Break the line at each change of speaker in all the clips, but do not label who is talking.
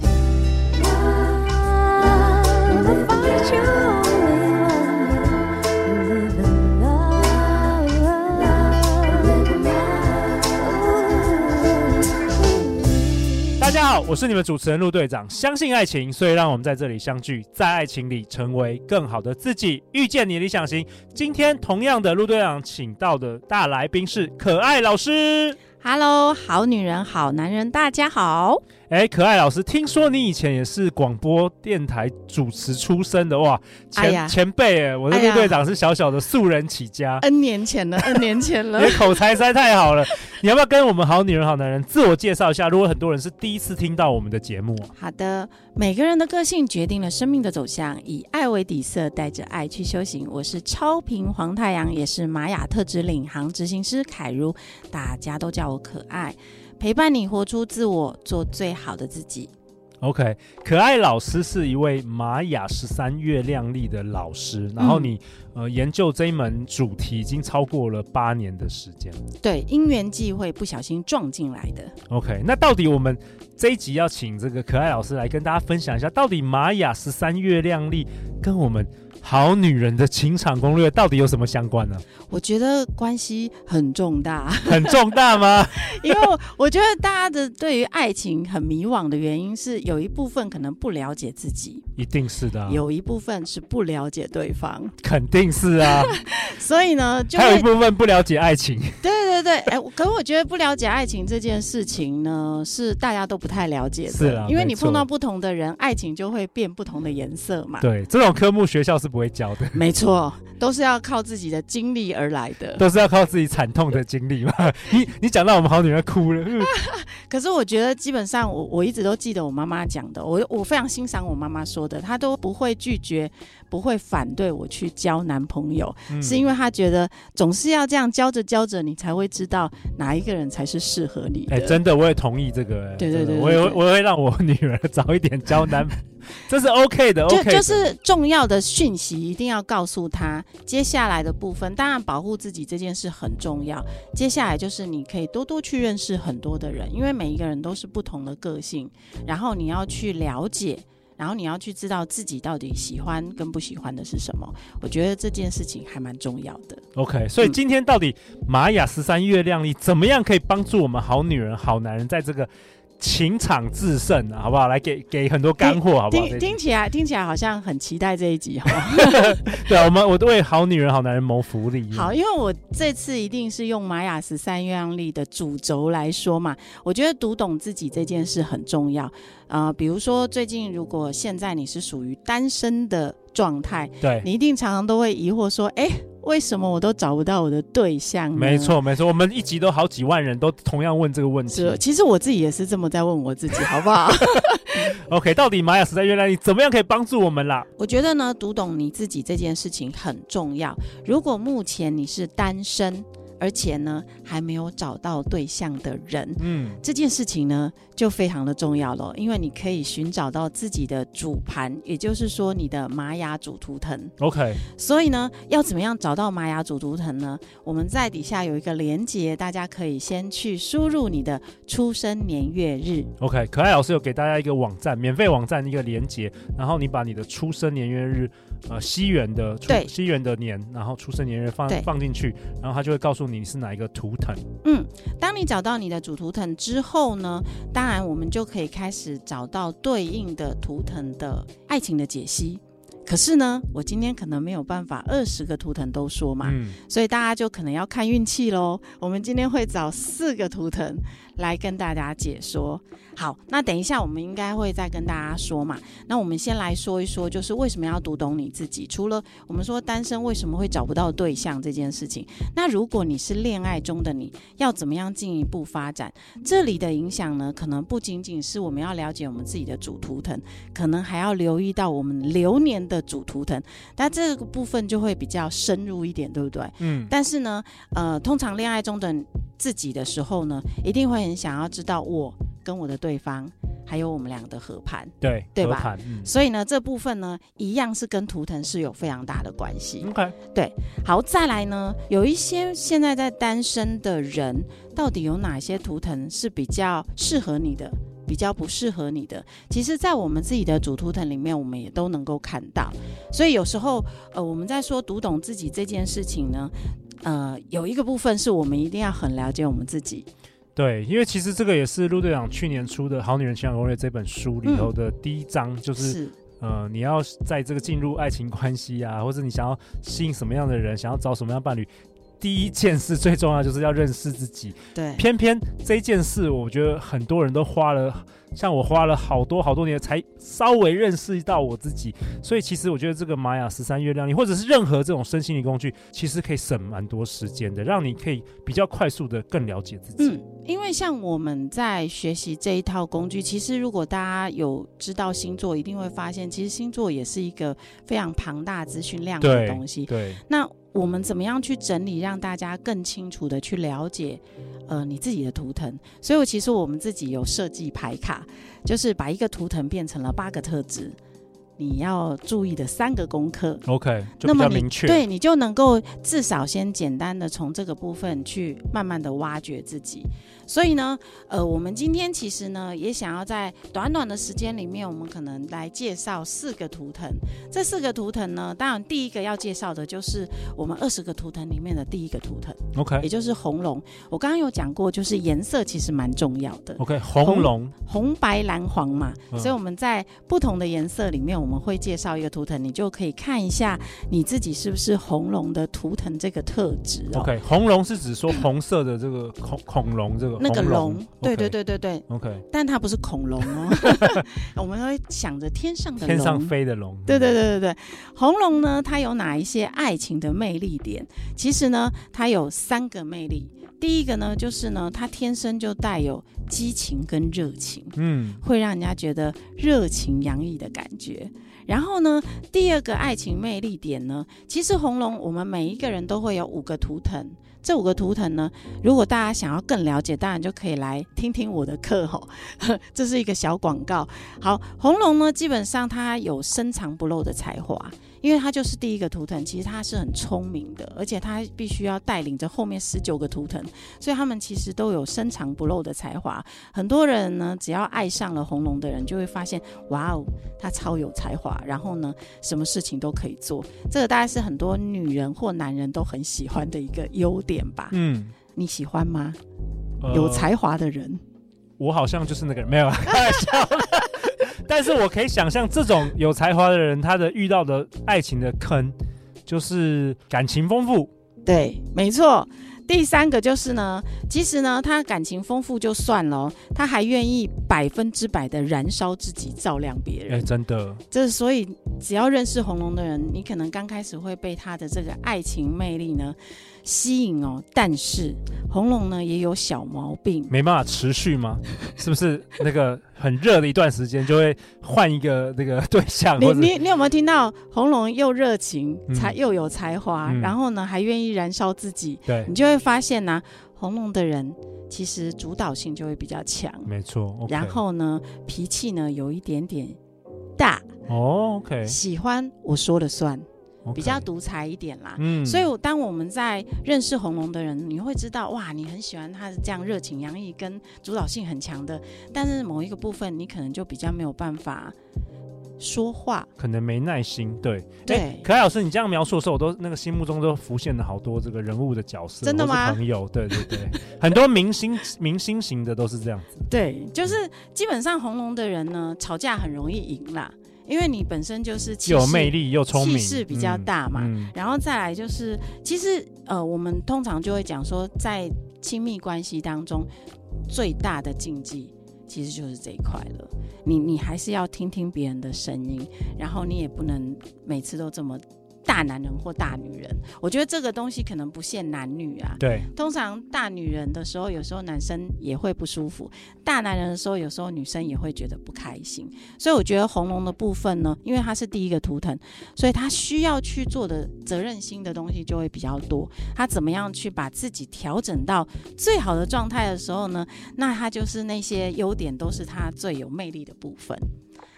Love, find your only one. Live in love, live in love.
大家好，我是你们主持人陆队长。相信爱情，所以让我们在这里相聚，在爱情里成为更好的自己，遇见你的理想型。今天同样的，陆队长请到的大来宾是可爱老师。
Hello，好女人、好男人，大家好。
哎，可爱老师，听说你以前也是广播电台主持出身的哇，前、
哎呀
前辈哎，我是
哎呀
陆队长，是小小的素人起家。
N 年前 了，N 年前
你
了
的。口才实在太好了，你要不要跟我们好女人、好男人自我介绍一下？如果很多人是第一次听到我们的节目啊，
好的，每个人的个性决定了生命的走向，以爱为底色，带着爱去修行。我是超频黄太阳，也是玛雅特质领航执行师凯如，大家都叫我可爱。陪伴你活出自我，做最好的自己。
OK，可爱老师是一位玛雅十三月亮历的老师，然后你、呃研究这一门主题已经超过了八年的时间。
对，因缘际会不小心撞进来的。
OK，那到底我们这一集要请这个可爱老师来跟大家分享一下，到底玛雅十三月亮历跟我们好女人的情场攻略到底有什么相关呢？
我觉得关系很重大。
很重大吗？
因为我我觉得大家的对于爱情很迷惘的原因是，有一部分可能不了解自己，
一定是的、啊，
有一部分是不了解对方，
肯定是啊，
所以呢，就
还有
会
一部分不了解爱 情。
对对对，哎，我可我觉得不了解爱情这件事情呢，是大家都不太了解的，
是啦
因为你
没错
碰到不同的人，爱情就会变不同的颜色嘛。
对，这种科目学校是不会教 的。
没错，都是要靠自己的经历而来的。
都是要靠自己惨痛的经历嘛。 你你讲到我们好女人哭了，嗯
可是我觉得，基本上我我一直都记得我妈妈讲的，我我非常欣赏我妈妈说的，她都不会拒绝，不会反对我去交男朋友，
嗯
是因为她觉得总是要这样交着交着，你才会知道哪一个人才是适合你的。
哎、真的我也同意这个、哎
对对
真的
对对
我也会
对
我也会让我女儿早一点交男， 这是 OK 的
就
，OK 的
就是重要的讯息一定要告诉她。接下来的部分，当然保护自己这件事很重要。接下来就是你可以多多去认识很多的人，因为每一个人都是不同的个性，然后你要去了解。然后你要去知道自己到底喜欢跟不喜欢的是什么，我觉得这件事情还蛮重要的。
OK。所以今天到底玛雅十三月亮历怎么样可以帮助我们好女人、好男人在这个情场制胜啊？好不好？来给给很多干货，好不好？
听
这一
听
集
起来听起来好像很期待这一集哦哈。
对啊，我们我都为好女人、好男人谋福利。
好，因为我这次一定是用玛雅十三月亮历的主轴来说嘛，我觉得读懂自己这件事很重要。呃，比如说最近如果现在你是属于单身的状态，
对，
你一定常常都会疑惑说，哎，为什么我都找不到我的对象呢？
没。错没错，我们一集都好几万人都同样问这个问题。
是，其实我自己也是这么在问我自己， 好不好？
OK，到底玛雅十三月亮历怎么样可以帮助我们啦？
我觉得呢，读懂你自己这件事情很重要。如果目前你是单身，而且呢还没有找到对象的人，
嗯，
这件事情呢，就非常的重要了，因为你可以寻找到自己的主盘，也就是说你的玛雅主图腾。
OK，
所以呢，要怎么样找到玛雅主图腾呢？我们在底下有一个连接，大家可以先去输入你的出生年月日。
OK，可爱老师有给大家一个网站，免费网站一个连接，然后你把你的出生年月日，呃，西元的出
对
西元的年，然后出生年月日放
对
放进去，然后他就会告诉你你是哪一个图腾。
嗯，当你找到你的主图腾之后呢，当然我们就可以开始找到对应的图腾的爱情的解析。可是呢，我今天可能没有办法二十个图腾都说嘛，
嗯，
所以大家就可能要看运气喽。我们今天会找四个图腾来跟大家解说。好，那等一下我们应该会再跟大家说嘛。那我们先来说一说，就是为什么要读懂你自己？除了我们说单身为什么会找不到对象这件事情，那如果你是恋爱中的你，要怎么样进一步发展？这里的影响呢，可能不仅仅是我们要了解我们自己的主图腾，可能还要留意到我们流年的主图腾。那这个部分就会比较深入一点，对不对？
嗯，
但是呢，呃，通常恋爱中的自己的时候呢，一定会很想要知道我跟我的对方，还有我们俩的合盘。
对
对
和
吧
盘嗯
所以呢，这部分呢，一样是跟图腾是有非常大的关系。
，OK，
好，再来呢，有一些现在在单身的人，到底有哪些图腾是比较适合你的，比较不适合你的？其实，在我们自己的主图腾里面，我们也都能够看到。所以有时候，呃，我们在说读懂自己这件事情呢，呃，有一个部分是我们一定要很了解我们自己。
对，因为其实这个也是陆队长去年出的《好女人情感攻略》这本书里头的第一章，就是
是，
呃，你要在这个进入爱情关系啊， 或者你想要吸引什么样的人，想要找什么样的伴侣，第一件事最重要就是要认识自己。
对，
偏偏这件事，我觉得很多人都花了，像我花了好多好多年才稍微认识到我自己。所以其实我觉得这个玛雅十三月亮历，或者是任何这种身心灵工具，其实可以省蛮多时间的，让你可以比较快速的更了解自己。
嗯，因为像我们在学习这一套工具，其实如果大家有知道星座，一定会发现，其实星座也是一个非常庞大资讯量的
对
东西。
对，
那我们怎么样去整理，让大家更清楚的去了解，呃，你自己的图腾？所以，我其实我们自己有设计牌卡，就是把一个图腾变成了八个特质，你要注意的三个功课。
OK，就
那
比
么
较
你
明确。
对你就能够至少先简单的从这个部分去慢慢的挖掘自己。所以呢，呃，我们今天其实呢也想要在短短的时间里面，我们可能来介绍四个图腾。这四个图腾呢，当然第一个要介绍的就是我们二十个图腾里面的第一个图腾，也
OK
就是红龙。我刚刚有讲过，就是颜色其实蛮重要的。
OK，红
红
龙
红白蓝黄嘛，
嗯
所以我们在不同的颜色里面，我们会介绍一个图腾，你就可以看一下你自己是不是红龙的图腾这个特质哦。
OK，红龙是指说红色的这个恐恐龙这个
那个
红
龙
龙，，
对对。对对对，
OK，
但它不是恐龙哦， 我们会想着天上的龙，
天上飞的龙，
对对对对对，红龙呢，它有哪一些爱情的魅力点？其实呢，它有三个魅力。第一个呢，就是呢，它天生就带有激情跟热情。
嗯，
会让人家觉得热情洋溢的感觉。然后呢，第二个爱情魅力点呢，其实红龙我们每一个人都会有五个图腾，这五个图腾呢，如果大家想要更了解，当然就可以来听听我的课吼， 这是一个小广告。好，红龙呢，基本上它有深藏不露的才华。因为它就是第一个图腾，其实它是很聪明的，而且它必须要带领着后面十九个图腾，所以他们其实都有深藏不露的才华。很多人呢，只要爱上了红龙的人，就会发现，哇哦，他超有才华，然后呢，什么事情都可以做。这个大概是很多女人或男人都很喜欢的一个优点吧。
嗯，
你喜欢吗？
呃
有才华的人，
我好像就是那个人，没有啊， 开玩笑的。但是我可以想象，这种有才华的人，他的遇到的爱情的坑，就是感情丰富，
对，没错。第三个就是呢，其实呢，他感情丰富就算了哦，他还愿意百分之百的燃烧自己，照亮别
哎、
人。
真的，
这所以，只要认识红龙的人，你可能刚开始会被他的这个爱情魅力呢吸引哦。但是红龙呢也有小毛病，
没办法持续吗？ 是不是那个很热的一段时间就会换一个那个对象，
你
或者
你你有没有听到红龙又热情，
嗯
才又有才华，
嗯
然后呢还愿意燃烧自己，
对
你，就会发现呢、红龙的人其实主导性就会比较强。
没错。OK 嗯
然后呢，脾气呢有一点点大，
哦，OK，
喜欢我说了算，比较
OK
独裁一点啦。
嗯
所以我，当我们在认识红龙的人，你会知道，哇，你很喜欢他的这样热情洋溢、跟主导性很强的，但是某一个部分，你可能就比较没有办法说话。
可能没耐心，对。
嗯对
诶可爱老师，你这样描述的时候，我都那个心目中都浮现了好多这个人物的角色，
真的
或是
吗
朋友，对对对， 很多明星明星型的都是这样子，
对，就是基本上红龙的人呢，吵架很容易赢啦，因为你本身就是气
又有
势
魅力又聪明，
气势比较大嘛
嗯嗯
然后再来就是，其实呃，我们通常就会讲说，在亲密关系当中，最大的禁忌其实就是这一块了。你你还是要听听别人的声音，然后你也不能每次都这么大男人或大女人。我觉得这个东西可能不限男女啊，
对，
通常大女人的时候，有时候男生也会不舒服；大男人的时候，有时候女生也会觉得不开心。所以我觉得红龙的部分呢，因为它是第一个图腾，所以他需要去做的责任心的东西就会比较多。他怎么样去把自己调整到最好的状态的时候呢？那他就是那些优点都是他最有魅力的部分。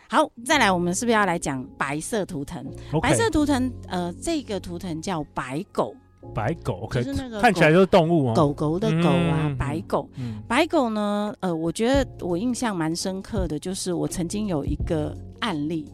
好，再来，我们是不是要来讲白色图腾
o k
白色图腾，呃，这个图腾叫白狗，
白狗，OK，
就是那个
看起来就是动物哦。，
狗狗的狗啊，
嗯
白狗。
嗯，
白狗呢，呃，我觉得我印象蛮深刻的，就是我曾经有一个案例，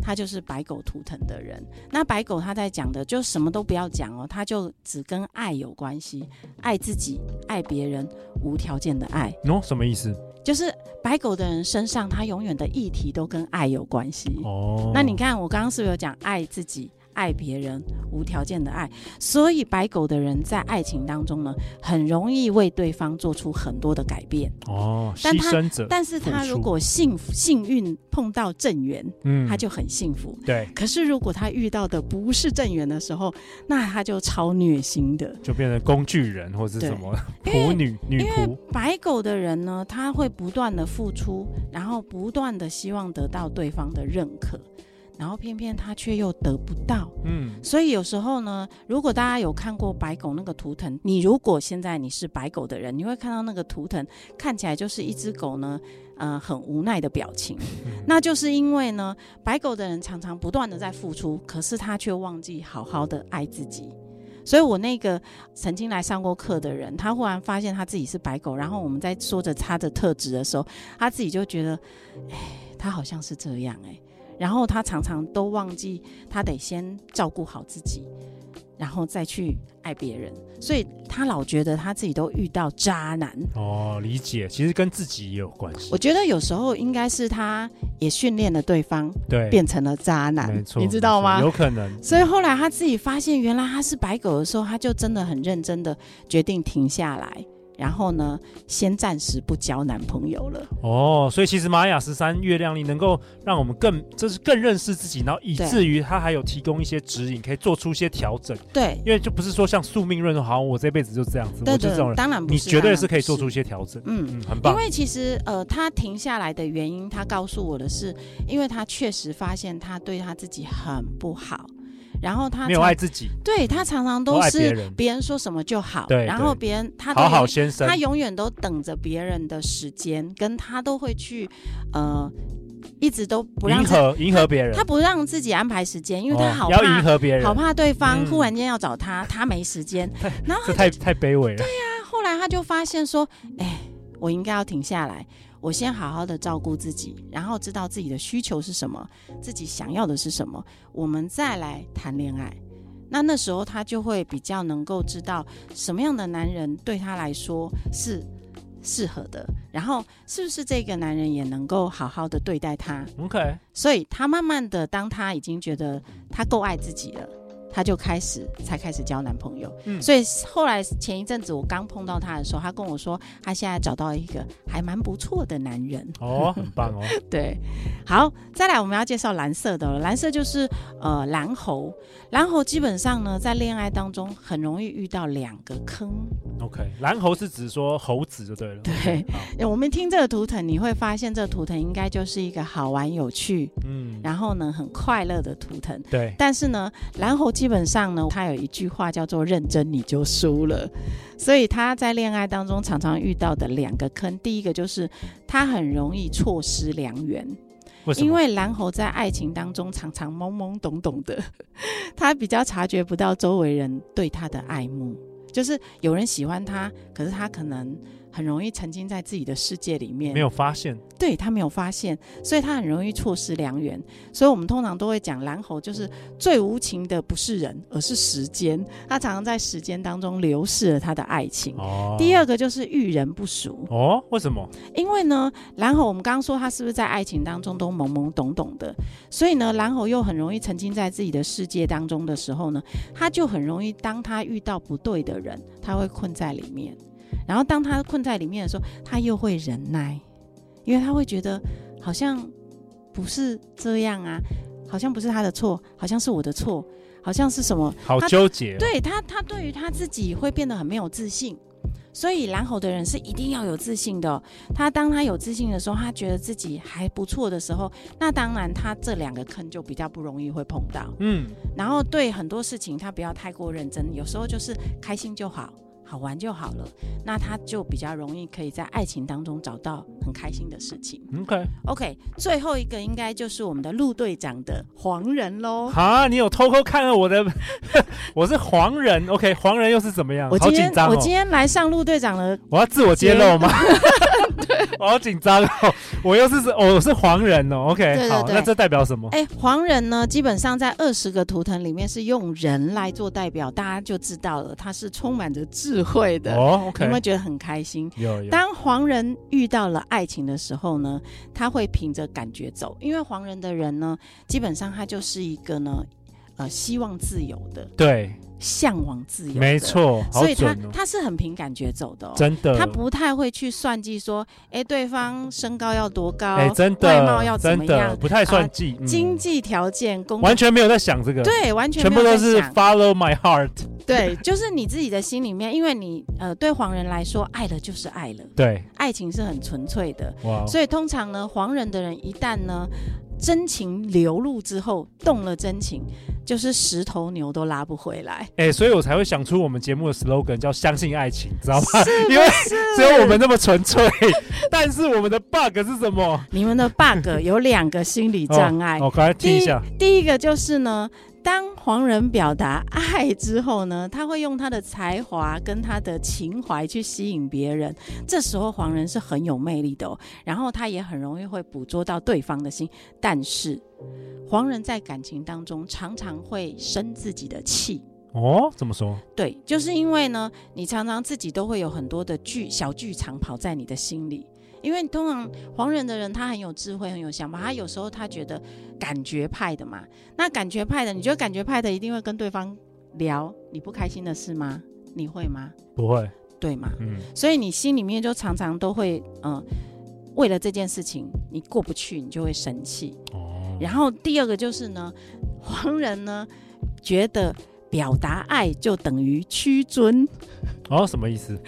他就是白狗图腾的人。那白狗他在讲的就什么都不要讲哦，他就只跟爱有关系，爱自己，爱别人，无条件的爱。
喏、嗯哦什么意思？
就是白狗的人身上，他永远的议题都跟爱有关系。
哦，
那你看，我刚刚是不是有讲爱自己、爱别人、无条件的爱？所以白狗的人在爱情当中呢，很容易为对方做出很多的改变。
哦，牺
但他
牲者，
但是他如果幸福幸运碰到正缘，
嗯
他就很幸福。
对，
可是如果他遇到的不是正缘的时候，那他就超虐心的。
就变成工具人或是
对
什么
因为
仆女、女仆，
白狗的人呢，他会不断的付出，然后不断的希望得到对方的认可，然后偏偏他却又得不到。
嗯，
所以有时候呢，如果大家有看过白狗那个图腾，你如果现在你是白狗的人，你会看到那个图腾看起来就是一只狗呢，呃，很无奈的表情。那就是因为呢，白狗的人常常不断的在付出，可是他却忘记好好的爱自己。所以我那个曾经来上过课的人，他忽然发现他自己是白狗，然后我们在说着他的特质的时候，他自己就觉得，哎，他好像是这样哎、然后他常常都忘记他得先照顾好自己，然后再去爱别人，所以他老觉得他自己都遇到渣男。
哦，理解，其实跟自己也有关系
我，觉得有时候应该是他也训练了对方
对，
变成了渣男
没，错，
你知道
没错
吗？
有可能，
所以后来他自己发现，原来他是白狗的时候，他就真的很认真的决定停下来，然后呢，先暂时不交男朋友了。
哦，所以其实玛雅十三月亮历能够让我们更，就是更认识自己，然后以
对
至于它还有提供一些指引，可以做出一些调整，
对，
因为就不是说像宿命论说，好，我这辈子就这样子，
对
我就这种
对，
人，
当然不
你
是，
绝对
当然
是可以
不
做出一些调整，
嗯。
嗯，很
因
棒，
为其实呃，他停下来的原因，他告诉我的是，因为他确实发现他对他自己很不好，然后他
没有
常
爱自己，
对他常常
我
都
爱别
是
人
别人说什么就好，
对
然后
对
别人他都
好
永
好先生
他，永远都等着别人的时间，跟他都会去呃，一直都不让
迎
自
合迎合别人，
他不让自己安排时间，因为他
哦
好
要迎
怕。
合别人，
好怕对方
嗯
忽然间要找他，他没时 间。然后
这太太卑微了。
他后来他就发现说，哎，我应该要停下来，我先好好的照顾自己，然后知道自己的需求是什么，自己想要的是什么，我们再来谈恋爱。那那时候他就会比较能够知道什么样的男人对他来说是适合的，然后是不是这个男人也能够好好的对待他。
OK，
所以他慢慢的，当他已经觉得他够爱自己了，他就开始才开始交男朋友。
嗯
所以后来前一阵子我刚碰到他的时候，他跟我说他现在找到一个还蛮不错的男人。
哦，很棒哦，
对，好，再来我们要介绍蓝色的了。蓝色就是呃蓝猴，蓝猴基本上呢在恋爱当中很容易遇到两个坑。
OK，蓝猴是指说猴子就对了。
对
OK，好，
诶我们听这个图腾，你会发现这个图腾应该就是一个好玩有趣，
嗯，
然后呢很快乐的图腾。
对，
但是呢，蓝猴基本上呢，他有一句话叫做“认真你就输了”，所以他在恋爱当中常常遇到的两个坑，第一个就是他很容易错失良缘，
为什么？
因为蓝猴在爱情当中常常懵懵懂懂的， 他比较察觉不到周围人对他的爱慕，就是有人喜欢他，可是他可能很容易沉浸在自己的世界里面，
没有发现
对他没有发现，所以他很容易错失良缘。所以我们通常都会讲蓝猴就是最无情的不是人，而是时间。他常常在时间当中流逝了他的爱情。
哦。
第二个就是遇人不淑，
哦，为什么？
因为呢，蓝猴我们刚刚说他是不是在爱情当中都懵懵懂懂的，所以呢，蓝猴又很容易沉浸在自己的世界当中的时候呢，他就很容易，当他遇到不对的人，他会困在里面，然后当他困在里面的时候，他又会忍耐，因为他会觉得好像不是这样啊，好像不是他的错，好像是我的错，好像是什么
好
他
纠结哦。
对他，他对于他自己会变得很没有自信。所以蓝猴的人是一定要有自信的哦、他当他有自信的时候，他觉得自己还不错的时候，那当然他这两个坑就比较不容易会碰到。
嗯，
然后对很多事情他不要太过认真，有时候就是开心就好，好玩就好了。那他就比较容易可以在爱情当中找到很开心的事情。
OK，
OK，最后一个应该就是我们的陆队长的黄人喽。
啊，你有偷偷看了我的？ 我是黄人，OK，黄人又是怎么样？
我
好
今
紧
天、
张
我
哦！
今天来上陆队长的
我要自我揭露吗？ 我好紧张哦！我又是哦我是黄人哦，OK，
对对
好，
对
那这代表什么？
哎，黄人呢，基本上在二十个图腾里面是用人来做代表，大家就知道了，他是充满着智慧的，
哦
你有没有
，OK，
觉得很开心？
有有，
当黄人遇到了爱情的时候呢，他会凭着感觉走，因为黄人的人呢，基本上他就是一个呢，呃，希望自由的，
对，
向往自由，
没，错，好
所以他
准哦，
他是很凭感觉走的哦。
真的，
他不太会去算计说，哎，对方身高要多高，
哎，真
外貌要
的，
怎
真
么
的
样，
不太
啊
算计，嗯
经济条件、工作
完全没有在想这个，
对，完全
全
没
部都
有在
是
想
follow my heart，
对，就是你自己的心里面，因为你呃，对黄人来说，爱了就是爱了，
对，
爱情是很纯粹的，
哇，哦
所以通常呢，黄人的人一旦呢真情流露之后，动了真情，就是十头牛都拉不回来，
哎，所以我才会想出我们节目的 slogan 叫“相信爱情”，知道吗？
是不
因为
是
只有我们那么纯粹，但是我们的 bug 是什么？哦
你们的 bug 有两个心理障碍，
我刚才听一下，
第一个就是呢，当黄人表达爱之后呢，他会用他的才华跟他的情怀去吸引别人，这时候黄人是很有魅力的哦，然后他也很容易会捕捉到对方的心，但是。黄人在感情当中常常会生自己的气，
哦，怎么说？
对，就是因为呢，你常常自己都会有很多的剧小剧场跑在你的心里。因为通常黄人的人他很有智慧，很有想法，他有时候他觉得感觉派的嘛，那感觉派的，你觉得感觉派的一定会跟对方聊你不开心的事吗？你会吗？
不会，
对吗？
嗯，
所以你心里面就常常都会，嗯、为了这件事情你过不去，你就会生气。
哦，
然后第二个就是呢，黄人呢觉得表达爱就等于屈尊，
哦，什么意思？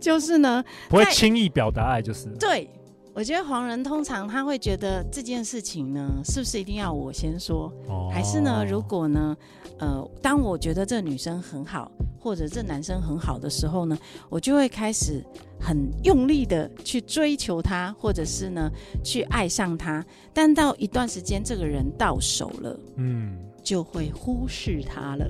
就是呢，
不会轻易表达爱就是了，
对我觉得黄人通常他会觉得这件事情呢，是不是一定要我先说？
哦
还是呢，如果呢，呃，当我觉得这女生很好，或者这男生很好的时候呢，我就会开始很用力的去追求他，或者是呢，去爱上他。但到一段时间，这个人到手了。
嗯，
就会忽视它了。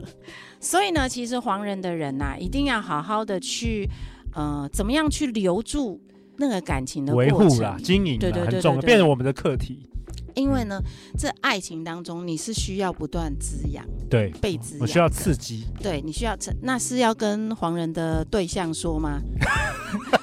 所以呢，其实黄人的人呐、啊一定要好好的去，呃，怎么样去留住那个感情的
维
过
护啦，
程？
经营
对对
啦，很
对对
重要，
对
变成我们的课题。
因为呢，这爱情当中你是需要不断滋养、
对，
被滋养，
我需要刺激，
对你需要成，那是要跟黄人的对象说 吗？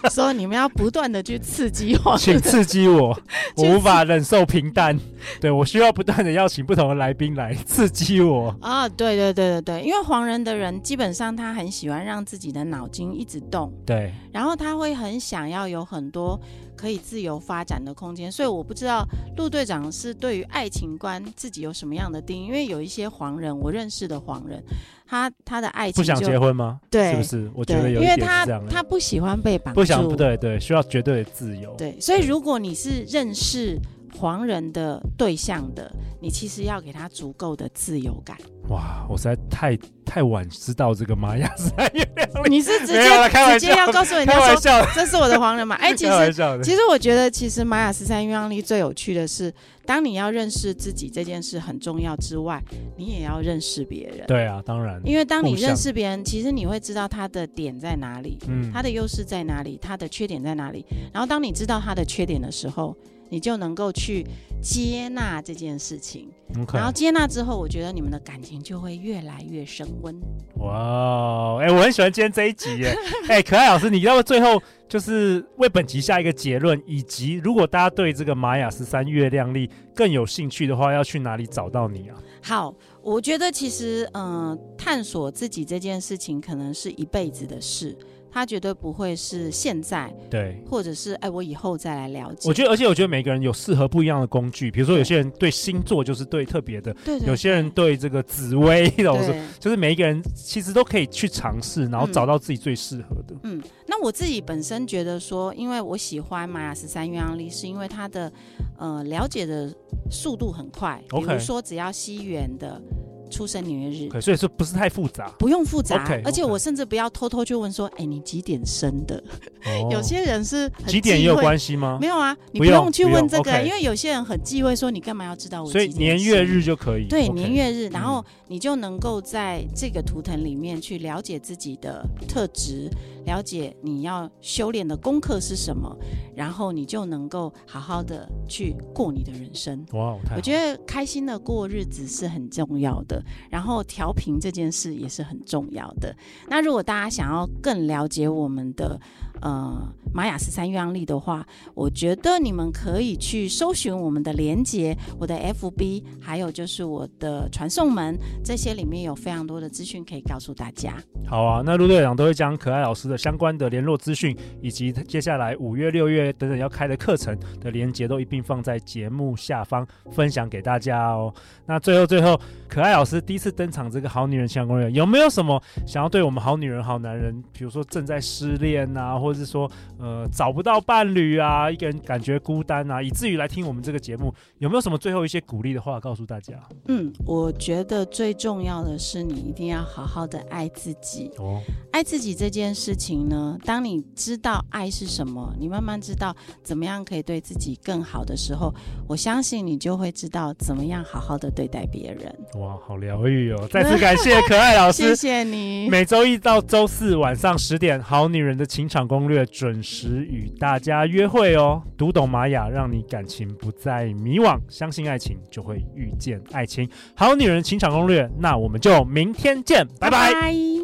所以你们要不断的去刺激黄
请
人。
刺激 我，我
去
无法忍受平淡。对我需要不断的邀请不同的来宾来刺激我。
啊，对对对对对，因为黄人的人基本上他很喜欢让自己的脑筋一直动，
对，
然后他会很想要有很多可以自由发展的空间，所以我不知道陆队长是对于爱情观自己有什么样的定义，因为有一些黄人，我认识的黄人，他他的爱
不
情就
想结婚吗？
对
是不是？我觉
对
得，有
因
一
为
点是
他
这样的，
他不喜欢被绑住，
不想，对对，需要绝对的自由。
对所以如果你是认识黄人的对象的，你其实要给他足够的自由感，
哇，我实在太太晚知道这个玛雅山月亮历，
你是直
没
接
有啦开玩
直接要
笑
告 诉人
开
家
玩
说
笑的，
这是我的黄 人嘛？哎，其
开
实
玩笑的。
其实我觉得，其实玛雅十三鸳鸯历最有趣的是，当你要认识自己这件事很重要之外，你也要认识别人。
对啊，当然，
因为当你
互相
认识别人，其实你会知道他的点在哪里，
嗯
他的优势在哪里，他的缺点在哪里。然后当你知道他的缺点的时候，你就能够去接纳这件事情。
，OK，
然后接纳之后，我觉得你们的感情就会越来越升温。
哇哦，哎，我很喜欢今天这一集 耶，哎，可爱老师，你要不要最后就是为本集下一个结论，以及如果大家对这个玛雅十三月亮历更有兴趣的话，要去哪里找到你啊？
好，我呃觉得其实，嗯、探索自己这件事情可能是一辈子的事，它绝对不会是现在，
对。
或者是哎我以后再来了解。
我觉得，而且我觉得每个人有适合不一样的工具，比如说有些人对星座就是对特别的，
得对对
有些人对这个紫薇， 懂是
对
就是每一个人其实都可以去尝试，然后
嗯
找到自己最适合的。
嗯，那我自己本身觉得说，因为我喜欢玛雅十三鸳鸯历，是因为它的呃了解的速度很快。比
OK
如说，只要西元的出生年月日
OK，所以说不是太复杂。
不用复杂
OK，OK
而且我甚至不要偷偷去问说，哎、你几点生的？
哦
有些人是很
几点
忌
也有
讳
关系吗
没？有啊，你
不
不
用
用去
不用
问这个，
，OK
因为有些人很忌讳说你干嘛要知道我
所以
几点
年月
生
日就可以。
对
OK
年月日，然后
嗯
你就能够在这个图腾里面去了解自己的特质，了解你要修炼的功课是什么，然后你就能够好好的去过你的人生。
哇，太好
我觉得开心的过日子是很重要的，然后调频这件事也是很重要的。那如果大家想要更了解我们的呃玛雅十三月亮历的话，我觉得你们可以去搜寻我们的连接，我的 FB，还有就是我的传送门，这些里面有非常多的资讯可以告诉大家。
好啊，那陆队长都会将可爱老师的相关的联络资讯，以及接下来五月、六月等等要开的课程的连接，都一并放在节目下方分享给大家哦。那最后最后，可爱老师第一次登场这个好女人情感攻略，有没有什么想要对我们好女人、好男人，比如说正在失恋啊，或者是说呃找不到伴侣啊，一个人感觉孤单啊，以至于来听我们这个节目，有没有什么最后一些鼓励的话告诉大家？
嗯，我觉得最重要的是你一定要好好的爱自己。
哦，
爱自己这件事情呢，当你知道爱是什么，你慢慢知道怎么样可以对自己更好的时候，我相信你就会知道怎么样好好的对待别人。
哇，好疗愈哦！再次感谢可爱老师
谢。谢你，
每周一到周四晚上十点，《好女人的情场攻略》准时与大家约会哦。读懂玛雅，让你感情不再迷惘，相信爱情就会遇见爱情。《好女人情场攻略》，那我们就明天见，拜拜
拜